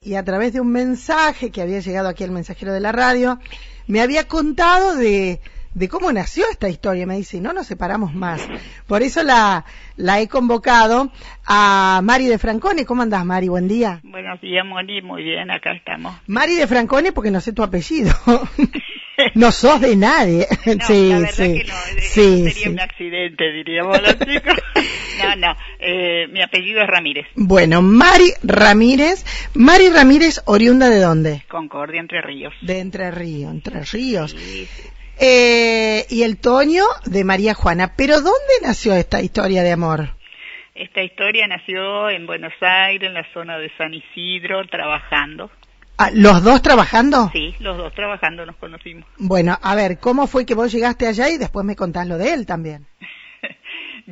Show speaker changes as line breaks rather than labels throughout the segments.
y a través de un mensaje que había llegado aquí al mensajero de la radio, me había contado de, de cómo nació esta historia. Me dice, no nos separamos más. Por eso la, la he convocado a Mari de Francone. ¿Cómo andás, Mari? Buen día.
Buenos días, Moni. Muy bien, acá estamos.
Mari de Francone, porque no sé tu apellido. no sos de nadie.
No,
sí,
la verdad
sí.
que no. eh,
Sí,
sería
sí.
un accidente, diríamos los chicos. No, no. eh, mi apellido es Ramírez.
Bueno, Mari Ramírez. Mari Ramírez, oriunda de dónde?
Concordia Entre Ríos.
De Entre Ríos, Entre Ríos.
Sí, sí.
Eh, y el Toño de María Juana. Pero ¿dónde nació esta historia de amor?
Esta historia nació en Buenos Aires, en la zona de San Isidro, trabajando.
Ah, ¿Los dos trabajando?
Sí, los dos trabajando nos conocimos.
Bueno, a ver, ¿cómo fue que vos llegaste allá y después me contás lo de él también?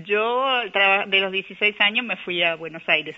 Yo al traba- de los 16 años me fui a Buenos Aires.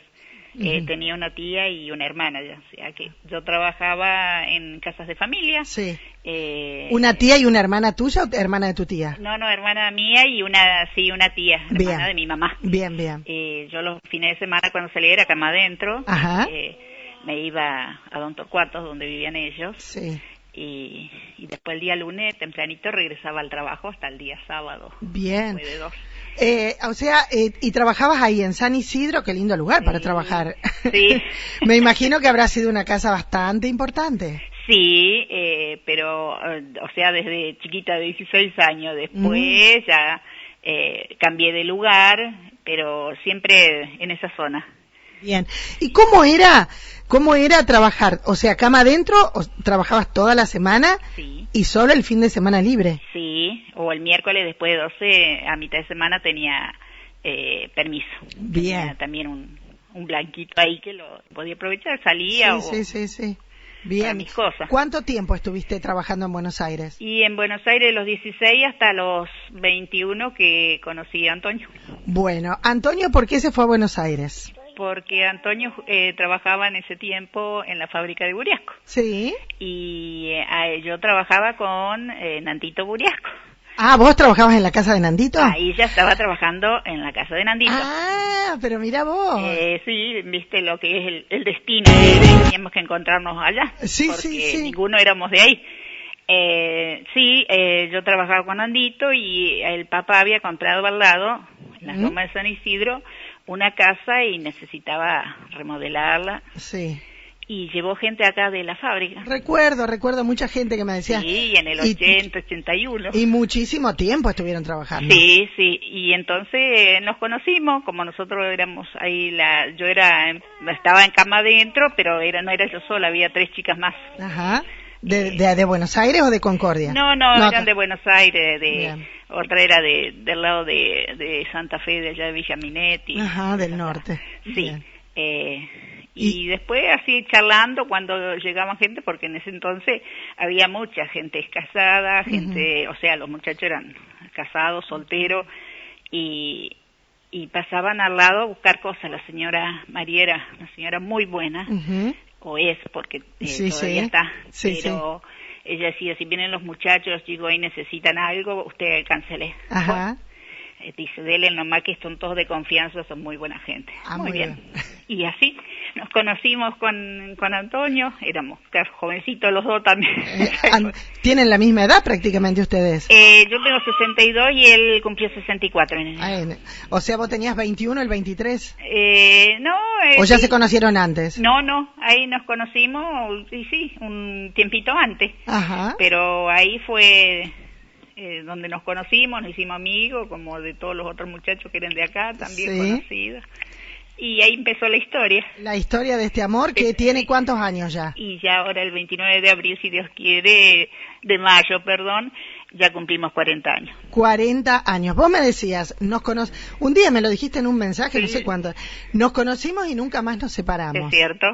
Eh,
Ujú.
Tenía una tía y una hermana ya, o sea que yo trabajaba en casas de familia.
Sí.
eh,
¿Una tía y una hermana tuya o hermana de tu tía?
No, no, hermana mía y una, sí, una tía, hermana
Bien.
de mi mamá.
Bien, bien.
Eh, yo los fines de semana cuando salía era cama adentro,
Ajá.
eh, me iba a Don Torcuatos donde vivían ellos
Sí.
y, y después el día lunes tempranito regresaba al trabajo hasta el día sábado.
Bien.
Fue de dos.
Eh, o sea, eh, y trabajabas ahí en San Isidro, qué lindo lugar para
Sí.
trabajar.
Sí.
me imagino que habrá sido una casa bastante importante.
Sí, eh, pero, eh, o sea, desde chiquita de 16 años
Mm.
después ya eh, cambié de lugar, pero siempre en esa zona.
Bien. ¿Y cómo era, cómo era trabajar? O sea, cama adentro, o trabajabas toda la semana
Sí.
y solo el fin de semana libre.
Sí, o el miércoles después de 12, a mitad de semana tenía eh, permiso.
Bien.
Tenía también un, un blanquito ahí que lo podía aprovechar, salía o...
sí, sí, sí, sí. Bien.
mis cosas.
¿Cuánto tiempo estuviste trabajando en Buenos Aires?
Y en Buenos Aires de los 16 hasta los 21 que conocí a Antonio,
Bueno, Antonio, ¿por qué se fue a Buenos Aires?
porque Antonio eh, trabajaba en ese tiempo en la fábrica de Buriasco
Sí.
y eh, a- yo trabajaba con eh, Nantito Buriasco.
Ah, ¿vos trabajabas en la casa de Nandito?
Ahí ya estaba trabajando en la casa de Nandito.
Ah, pero mira vos.
Eh, sí, viste lo que es el, el destino, que teníamos que encontrarnos allá,
Eh, Sí,
porque
sí, sí.
ninguno éramos de ahí. Eh, sí, eh, yo trabajaba con Andito y el papá había comprado al lado, en la
Ujú.
Loma de San Isidro, una casa y necesitaba remodelarla
Sí.
y llevó gente acá de la fábrica.
Recuerdo, recuerdo mucha gente que me decía.
Sí, en el
y-
80, 81.
Y muchísimo tiempo estuvieron trabajando.
Sí, sí, y entonces eh, nos conocimos, como nosotros éramos ahí, la, yo era, en- estaba en cama adentro, pero era, no era yo sola, había tres chicas más.
Ajá. ¿De, de, de Buenos Aires o de Concordia?
Eh, No, no, eran
acá.
de Buenos Aires, de,
Bien.
otra era de, del lado de, de Santa Fe, de allá de Villa Minetti.
Ajá, del norte.
Sí.
Bien.
eh, y, después así charlando cuando llegaban gente, porque en ese entonces había mucha gente casada, gente, o sea, los muchachos eran casados, solteros, y, y pasaban al lado a buscar cosas. La señora Mariera, una señora muy buena,
Ujú.
o es, porque eh,
Mm. Sí,
todavía
sí.
está,
Sí, sí.
pero ella decía, si vienen los muchachos, digo, y necesitan algo, usted cancele.
Ajá.
Eh, Dice, dele nomás que son todos de confianza, son muy buena gente.
Ah, muy bien.
Y así nos conocimos con, con Antonio, éramos ca- jovencitos los dos también.
Eh, an- tienen la misma edad prácticamente ustedes.
Eh, yo tengo 62 y él cumplió 64 en enero.
Ah, en- O sea, vos tenías 21, el 23.
Eh, no, eh,
¿O ya
sí.
se conocieron antes?
No, no, ahí nos conocimos, y sí, un tiempito antes.
Ajá.
Pero ahí fue eh, donde nos conocimos, nos hicimos amigos, como de todos los otros muchachos que eran de acá, también
Sí.
conocidos. Y ahí empezó la historia.
La historia de este amor que tiene cuántos años ya.
Y ya ahora el 29 de abril, si Dios quiere, de mayo, perdón, ya cumplimos 40 años.
40 años. Vos me decías, nos cono- un día me lo dijiste en un mensaje, no sé cuánto. Nos conocimos y nunca más nos
¿Es
separamos.
cierto?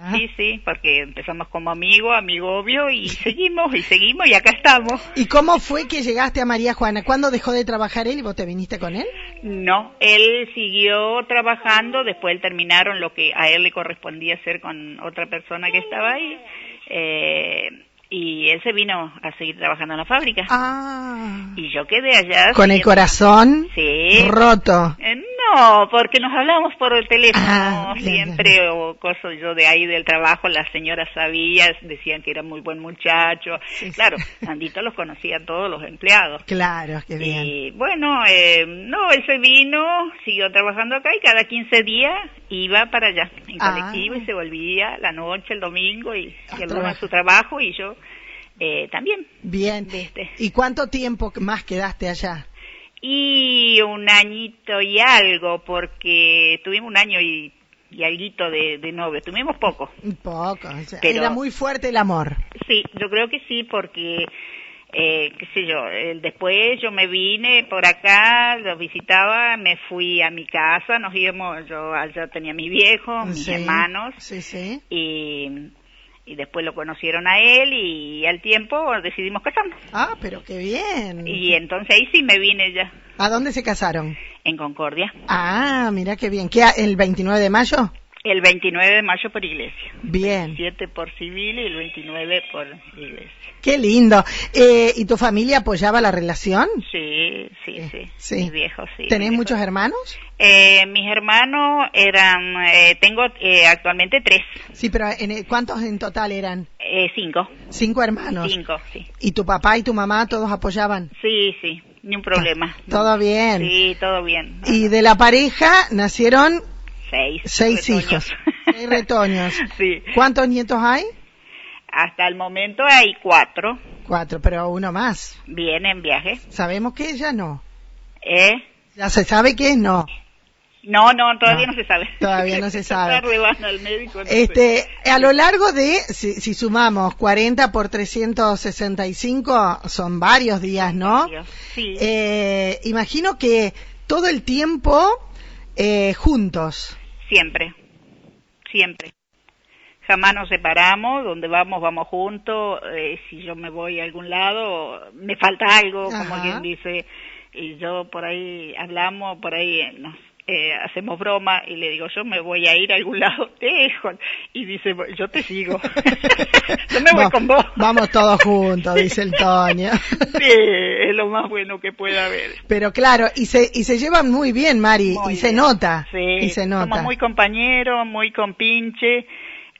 Ah.
Sí, sí, porque empezamos como amigo, amigo obvio, y seguimos, y seguimos, y acá estamos.
¿Y cómo fue que llegaste a María Juana? ¿Cuándo dejó de trabajar él y vos te viniste con él?
No, él siguió trabajando, después terminaron lo que a él le correspondía hacer con otra persona que estaba ahí, eh, y él se vino a seguir trabajando en la fábrica.
Ah.
Y yo quedé allá.
Con el
siguiendo-
corazón
Sí.
roto.
Eh, No, porque nos hablamos por el teléfono
Ah, bien,
siempre
bien,
o cosas yo de ahí del trabajo, las señoras sabían, decían que era muy buen muchacho.
Sí, sí.
claro, Sandito los conocía a todos los empleados.
Claro, qué bien.
Y bueno, eh, no, él se vino, siguió trabajando acá y cada 15 días iba para allá en
Ah.
colectivo y se volvía la noche, el domingo y,
A
y el lunes a
trabajar.
su trabajo y yo eh, también.
Bien.
Viste.
¿Y cuánto tiempo más quedaste allá?
Y un añito y algo, porque tuvimos un año y, y alguito de, de novio, tuvimos poco.
Un poco. o sea,
Pero-
Era muy fuerte el amor.
Sí, yo creo que sí, porque, eh, qué sé yo, eh, después yo me vine por acá, los visitaba, me fui a mi casa, nos íbamos, yo allá tenía a mi viejo, mis
Sí,
hermanos,
Sí, sí.
y, y después lo conocieron a él y al tiempo decidimos casarnos.
Ah, pero qué bien.
Y entonces ahí sí me vine ya,
¿A dónde se casaron?
en Concordia,
Ah, mira qué bien. ¿Qué, ¿El 29 de mayo?
el 29 de mayo por iglesia.
Bien.
7 por civil y el 29 por iglesia.
Qué lindo. Eh, ¿Y tu familia apoyaba la relación?
Sí, sí,
Eh,
sí.
sí.
Mis viejos, sí.
¿Tenés
mis
muchos
viejos.
hermanos?
Eh, mis hermanos eran, eh, tengo eh, actualmente tres,
Sí, pero en- eh, ¿cuántos en total eran?
eh, cinco,
Cinco hermanos.
cinco, sí.
¿Y tu papá y tu mamá todos apoyaban?
Sí, sí, ni un problema.
Ah, Todo bien.
Sí, todo bien.
Y de la pareja nacieron
seis.
seis
retoños.
hijos. Seis retoños.
sí.
¿Cuántos nietos hay?
Hasta el momento hay cuatro,
Cuatro, pero uno más.
vienen en viaje.
Sabemos que ella no.
¿Eh?
Ya se sabe que no.
No, no, todavía
No,
no, se sabe.
todavía no se sabe.
Tarde van al médico. no sé.
Este, a lo largo de, si, si sumamos 40 por 365, son varios días, ¿no?
Dios, Sí.
Eh, imagino que todo el tiempo eh, juntos.
Siempre, siempre. Jamás nos separamos, donde vamos, vamos juntos. eh, si yo me voy a algún lado, me falta algo,
Ajá.
como quien dice. Y yo por ahí hablamos, por ahí eh, nos eh, hacemos broma y le digo, yo me voy a ir a algún lado, te dejo. Y dice, "Bueno, yo te sigo. yo me voy
Va-
con vos.
Vamos todos juntos, dice el Toño.
sí, es lo más bueno que pueda haber.
Pero claro, y se, y se llevan muy bien, Mari,
Muy
y se
bien.
nota.
Sí,
y se nota.
Somos muy compañeros, muy compinche.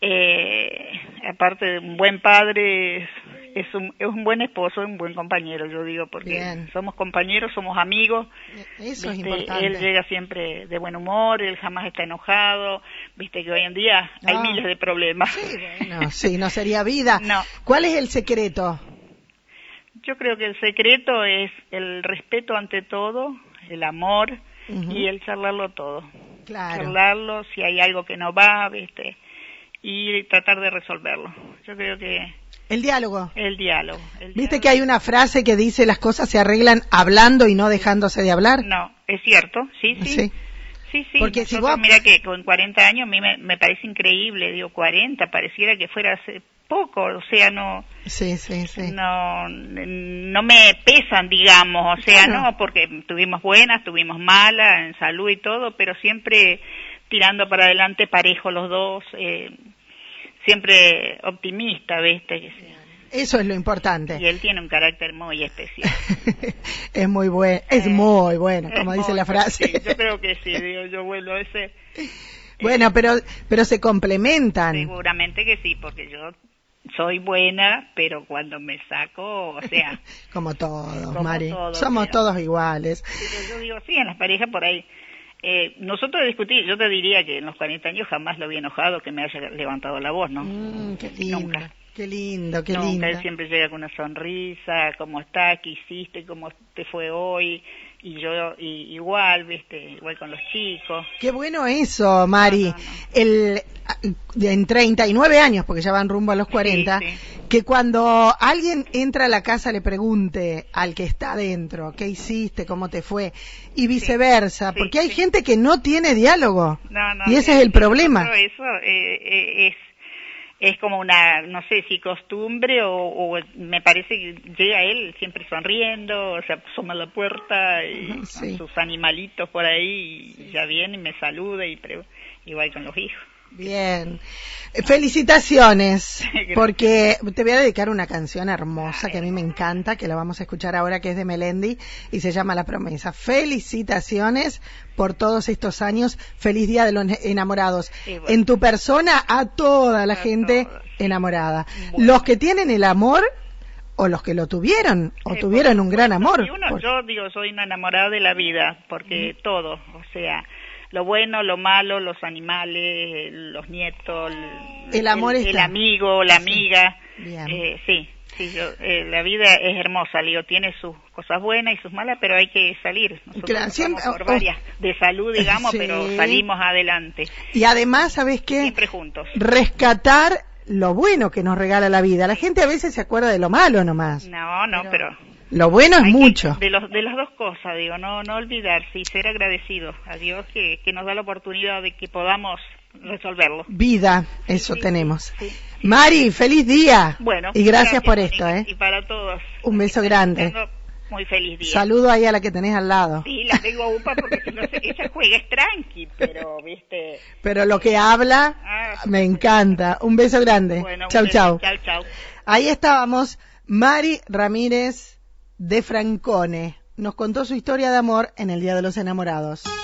Eh, aparte de un buen padre, es, es un, es un buen esposo, un buen compañero, yo digo, porque
Bien.
somos compañeros, somos amigos.
E, Eso es
¿viste?
importante.
Él llega siempre de buen humor, él jamás está enojado. Viste que hoy en día hay
Ah.
miles de problemas.
Sí, bueno, sí, no sería vida.
No.
¿Cuál es el secreto?
Yo creo que el secreto es el respeto ante todo, el amor
Ujú.
y el charlarlo todo.
Claro.
charlarlo, si hay algo que no va, ¿viste? Y tratar de resolverlo. Yo creo que
El diálogo.
el diálogo. el
¿Viste
diálogo-
que hay una frase que dice las cosas se arreglan hablando y no dejándose de hablar?
No, es cierto, sí, sí.
Sí.
Sí, sí.
Porque si vos-
Nosotros, Mira que con 40 años a mí me, me parece increíble, digo, 40, pareciera que fuera hace poco, o sea, no...
Sí, sí, sí.
no no me pesan digamos o sea
Claro.
no porque tuvimos buenas tuvimos malas en salud y todo pero siempre tirando para adelante parejo los dos eh, siempre optimista viste que sea.
Eso es lo importante.
y él tiene un carácter muy especial
es muy bueno, es
Eh,
muy bueno, como
Es
dice
muy-
la frase.
sí, yo creo que sí digo yo bueno ese
bueno, pero pero se complementan.
seguramente que sí porque yo soy buena pero cuando me saco o sea
como todos,
Como
Mari.
todos,
Somos
pero-
todos iguales.
Pero yo digo, sí, en las parejas por ahí. Eh, nosotros discutimos, yo te diría que en los 40 años jamás lo vi enojado que me haya levantado la voz, ¿no?
Mm, qué lindo.
Nunca.
Qué lindo, qué
Nunca,
lindo.
él siempre llega con una sonrisa, cómo está, qué hiciste, cómo te fue hoy, y yo y- igual, viste, igual con los chicos.
Qué bueno eso, Mari.
No, no, no.
El, en 39 años, porque ya van rumbo a los 40,
Sí,
que cuando alguien entra a la casa le pregunte al que está adentro, ¿qué hiciste? ¿Cómo te fue? Y viceversa,
Sí,
porque hay
sí.
gente que no tiene diálogo.
No, no,
y ese es el problema.
Eso eh, eh, es es como una, no sé si costumbre o, o me parece que llega él siempre sonriendo, o sea, asoma a la puerta y
Ujú,
con
sí.
sus animalitos por ahí y ya viene y me saluda y pre- igual con los hijos.
Bien. Felicitaciones, porque te voy a dedicar una canción hermosa que a mí me encanta, que la vamos a escuchar ahora, que es de Melendi y se llama La Promesa. Felicitaciones por todos estos años. Feliz Día de los Enamorados.
Sí, bueno.
En tu persona a toda la gente
todos.
enamorada.
Bueno.
Los que tienen el amor o los que lo tuvieron o
Eh,
tuvieron
por
un gran
supuesto,
amor.
y uno-
Por-
Yo digo, soy una enamorada de la vida, porque todo, o sea, lo bueno, lo malo, los animales, los nietos,
El amor
el,
está.
amigo, la amiga.
Bien.
Eh, sí, sí, yo, eh, la vida es hermosa, le digo, tiene sus cosas buenas y sus malas, pero hay que salir. Nosotros
Claro,
pasamos
siempre-
por
oh, oh.
varias de salud, digamos,
Sí. Eh,
pero salimos adelante,
Y además, ¿sabes qué?
siempre juntos.
rescatar lo bueno que nos regala la vida. La gente a veces se acuerda de lo malo nomás.
No, no, pero...
Lo bueno es
Mm. Hay que-
Ah, mucho.
de, los, de las dos cosas, digo, no, no olvidarse y ser agradecidos a Dios que, que nos da la oportunidad de que podamos resolverlo.
Vida, eso
sí,
tenemos.
sí.
Mari, feliz día.
Bueno.
y gracias, por esto,
Mónica,
¿eh?
Y para todos.
Un beso
Que
grande.
tengan Muy feliz día.
Saludo ahí a la que tenés al lado.
Sí, la tengo a UPA porque si no se- ella juega es tranqui, pero, viste...
Pero lo que habla
Ah,
me encanta. Un beso grande.
bueno, un
chau,
beso.
chau.
Chau, chau.
Ahí estábamos, Mari Ramírez de Francone. Nos contó su historia de amor en el Día de los Enamorados.